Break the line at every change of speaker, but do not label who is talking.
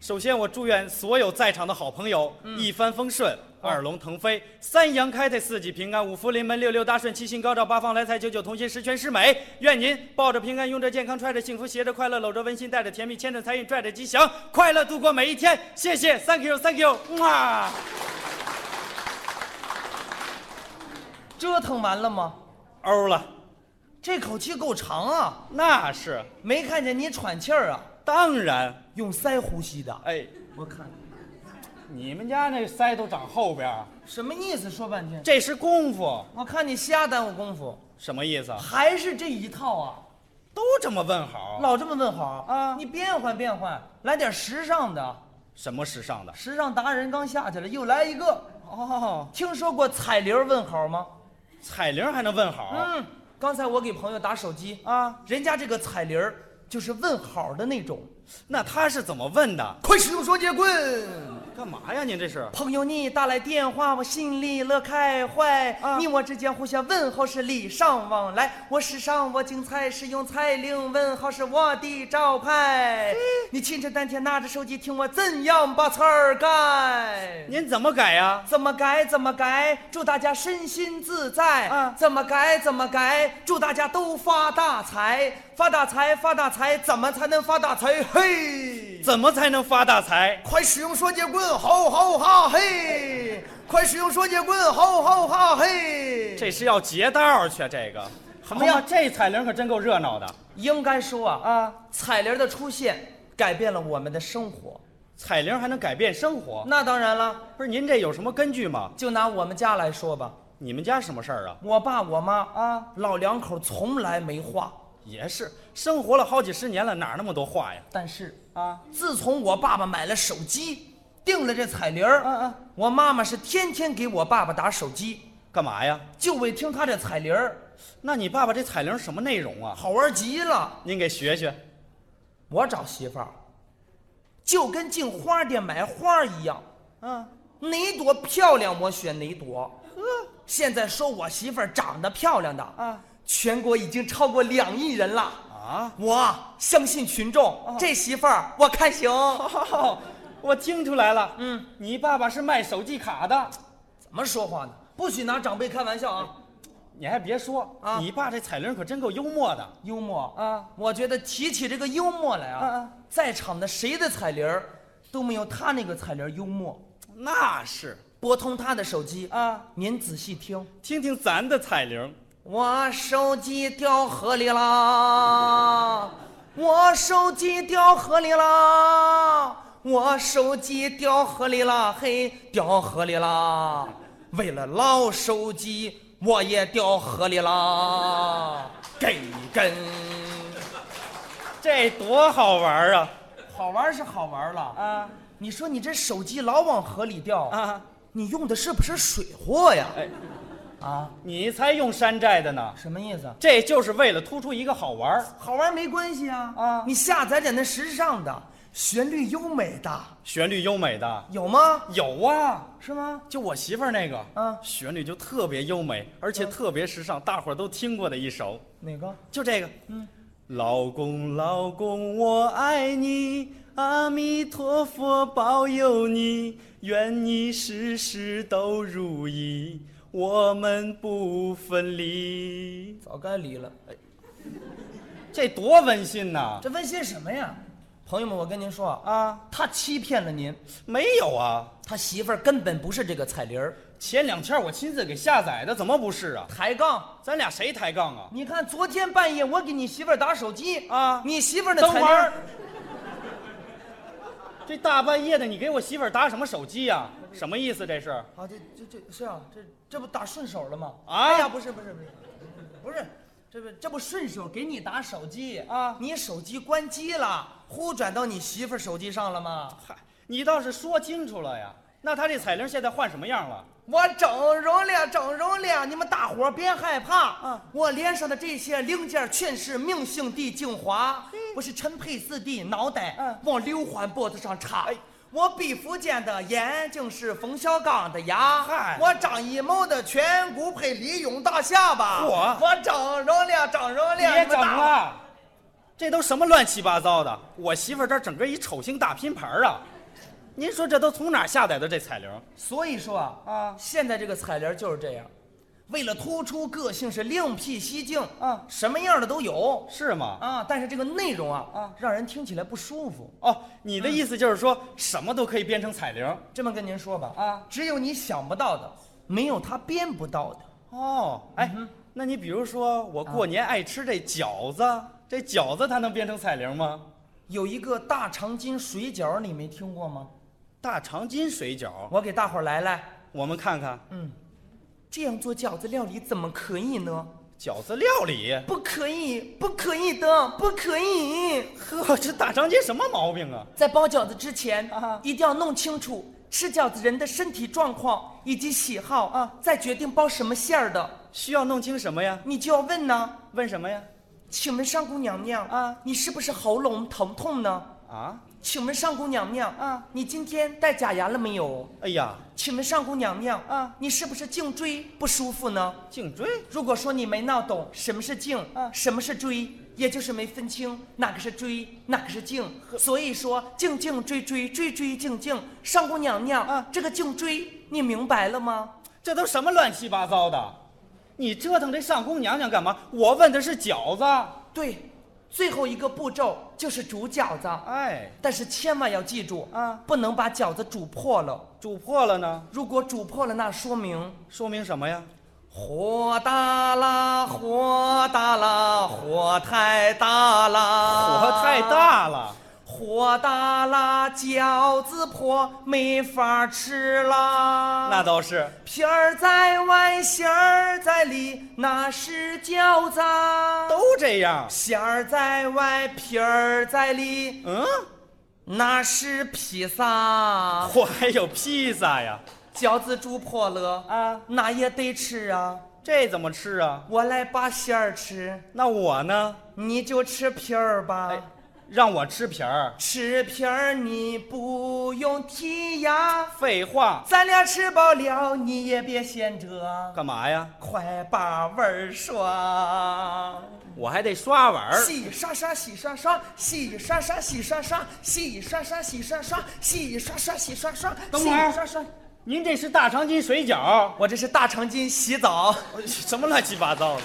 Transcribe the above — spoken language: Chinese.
首先，我祝愿所有在场的好朋友一帆风顺，二龙腾飞，三阳开泰，四季平安，五福临门，六六大顺，七星高照，八方来财，九九同心，十全十美。愿您抱着平安，拥着健康，揣着幸福，携着快乐，搂着温馨，带着甜蜜，牵着财运，拽着吉祥，快乐度过每一天。谢谢，Thank you，Thank you，哇！
折腾完了吗？
欧了，
这口气够长啊！
那是
没看见你喘气儿啊，
当然。
用腮呼吸的。
哎，
我看
你们家那腮都长后边儿，
什么意思？说半天，
这是功夫，
我看你瞎耽误功夫，
什么意思啊？
还是这一套啊！
都这么问好，
老这么问好
啊
你变换变换，来点时尚的。
什么时尚的？
时尚达人刚下去了，又来一个。
哦，
听说过彩铃问好吗？
彩铃还能问好
嗯，刚才我给朋友打手机，
啊？
人家这个彩铃儿就是问好的那种。
那他是怎么问的？
快使用双截棍！
干嘛呀？您这是？
朋友你打来电话，我心里乐开怀。
啊
你我之间互相问候是礼尚往来，我时尚我精彩，使用彩铃问候是我的招
嗯
牌。你亲切丹田拿着手机听我怎样把词儿改。
您怎么改呀？
怎么改怎么改，祝大家身心自在。
啊
怎么改怎么改，祝大家都发大财，发大财发大财，怎么才能发大财？嘿，
怎么才能发大财？
快使用双截棍，吼吼哈嘿！快使用双截棍，吼吼哈嘿！
这是要劫道去，啊这个。什
么呀
这彩铃可真够热闹的。
应该说啊啊，彩铃的出现改变了我们的生活。
彩铃还能改变生活？
那当然了，
不是您这有什么根据吗？
就拿我们家来说吧，
你们家什么事儿啊？
我爸我妈啊，老两口从来没话，
也是，生活了好几十年了，哪儿那么多话呀？
但是
啊，
自从我爸爸买了手机，订了这彩铃儿，
嗯嗯
我妈妈是天天给我爸爸打手机，
干嘛呀？
就为听他这彩铃儿，
那你爸爸这彩铃什么内容啊？
好玩极了。
您给学学。
我找媳妇儿，就跟进花店买花儿一样，
啊，
哪朵漂亮我选哪朵。现在说我媳妇儿长得漂亮的
啊，
全国已经超过两亿人了。
啊，
我相信群众，这媳妇儿我看行。
哦，我听出来了。
嗯，
你爸爸是卖手机卡的。
怎么说话呢？不许拿长辈开玩笑啊！
哎你还别说，
啊
你爸这彩铃可真够幽默的。
幽默
啊，
我觉得提起这个幽默来
啊
啊
啊，
在场的谁的彩铃儿都没有他那个彩铃儿幽默。
那是
拨通他的手机
啊，
您仔细听。
听听咱的彩铃，
我手机掉河里啦！我手机掉河里啦！我手机掉河里啦！嘿，掉河里啦！为了捞手机，我也掉河里啦！给根，
这多好玩啊！
好玩是好玩了
啊
你说你这手机老往河里掉，
啊，
你用的是不是水货呀？
哎，
啊，
你才用山寨的呢，
什么意思？
这就是为了突出一个好玩儿
好玩没关系啊
啊
你下载点那时尚的、旋律优美的，
旋律优美的。
有吗？
有啊，
是吗？
就我媳妇儿那个，
啊
旋律就特别优美，而且特别时尚，大伙儿都听过的一首。
哪个？
就这个，嗯，老公老公我爱你，阿弥陀佛保佑你，愿你事事都如意，我们不分离。
早该离了。
这多温馨呐！
哎这温馨什么呀？朋友们，我跟您说啊，
啊，
他欺骗了您，
没有啊，
他媳妇儿根本不是这个彩铃儿。
前两天我亲自给下载的，怎么不是啊？
抬杠！
咱俩谁抬杠啊？
你看昨天半夜我给你媳妇儿打手机
啊
你媳妇儿那
等会
彩铃
儿
儿，
这大半夜的，你给我媳妇儿打什么手机呀、啊什么意思这是？
啊，这这这是啊，这这不打顺手了吗？
啊
哎呀，不是不是不是，不是，这不这不顺手给你打手机
啊
你手机关机了，忽转到你媳妇儿手机上了吗？
嗨，你倒是说清楚了呀。那他这彩铃现在换什么样了？
我整容了，整容了！你们大伙儿别害怕
啊
我脸上的这些零件全是命性地精华，我是陈佩斯的脑袋，
嗯哎
往刘欢脖子上插。我毕福剑的眼睛是冯小刚的牙，
嗨
我张艺谋的颧骨配李勇大下巴。
嚯
我整容了，整容了！
别
你们
整
大伙儿，
了，这都什么乱七八糟的！我媳妇儿这儿整个一丑星大拼盘儿啊！您说这都从哪儿下载的这彩铃？
所以说啊，
啊
现在这个彩铃就是这样，为了突出个性是另辟蹊径
啊
什么样的都有
是吗？
啊，但是这个内容啊
啊
让人听起来不舒服。
哦，你
嗯
的意思就是说、什么都可以编成彩铃？
这么跟您说吧
啊
只有你想不到的，没有他编不到的。
哦，
嗯
哎，那你比如说我过年爱吃这饺子，这饺子它能编成彩铃吗？
有一个大长今水饺，你没听过吗？
大长今水饺，
我给大伙儿来来，
我们看看
嗯，这样做饺子料理怎么可以呢？
饺子料理。
不可以，不可以的，不可以。
呵，这大长今什么毛病啊？
在包饺子之前
啊
一定要弄清楚吃饺子人的身体状况以及喜好啊，再决定包什么馅儿的。
需要弄清什么呀？
你就要问呢，
问什么呀？
请问上姑娘娘
啊，
你是不是喉咙疼痛呢？
啊？
请问上姑娘娘
啊，
你今天戴假牙了没有？
哎呀，
请问上姑娘娘
啊，
你是不是颈椎不舒服呢？
颈椎
如果说你没闹懂什么是颈，
啊
什么是椎，也就是没分清哪个是椎，哪个是颈，所以说颈颈椎椎椎椎颈颈。上姑娘娘
啊
这个颈椎你明白了吗？
这都什么乱七八糟的？你折腾这上宫娘娘干嘛？我问的是饺子。
对，最后一个步骤就是煮饺子，
哎，
但是千万要记住
啊
不能把饺子煮破了。
煮破了呢，
如果煮破了，那说明
说明什么呀？
火大啦，火大啦，火太大啦，
火太。大了。
火大啦，饺子破没法吃啦。
那倒是，
皮儿在外，馅儿在里，那是饺子。
都这样。
馅儿在外，皮儿在里，
嗯，
那是披萨。
嚯，还有披萨呀？
饺子煮破了，
啊，
那也得吃啊。
这怎么吃啊？
我来把馅儿吃，
那我呢？
你就吃皮儿吧。
哎，让我吃皮儿。
吃皮儿你不用剔牙。
废话，
咱俩吃饱了，你也别闲着，
干嘛呀？
快把味儿刷，
我还得刷碗儿。
洗刷刷，洗刷刷，洗刷刷，洗刷刷，洗刷刷，洗刷刷，洗刷刷，洗刷刷，
等会儿
洗刷刷。
您这是大长今水饺，
我这是大长今洗澡，
什么乱七八糟的？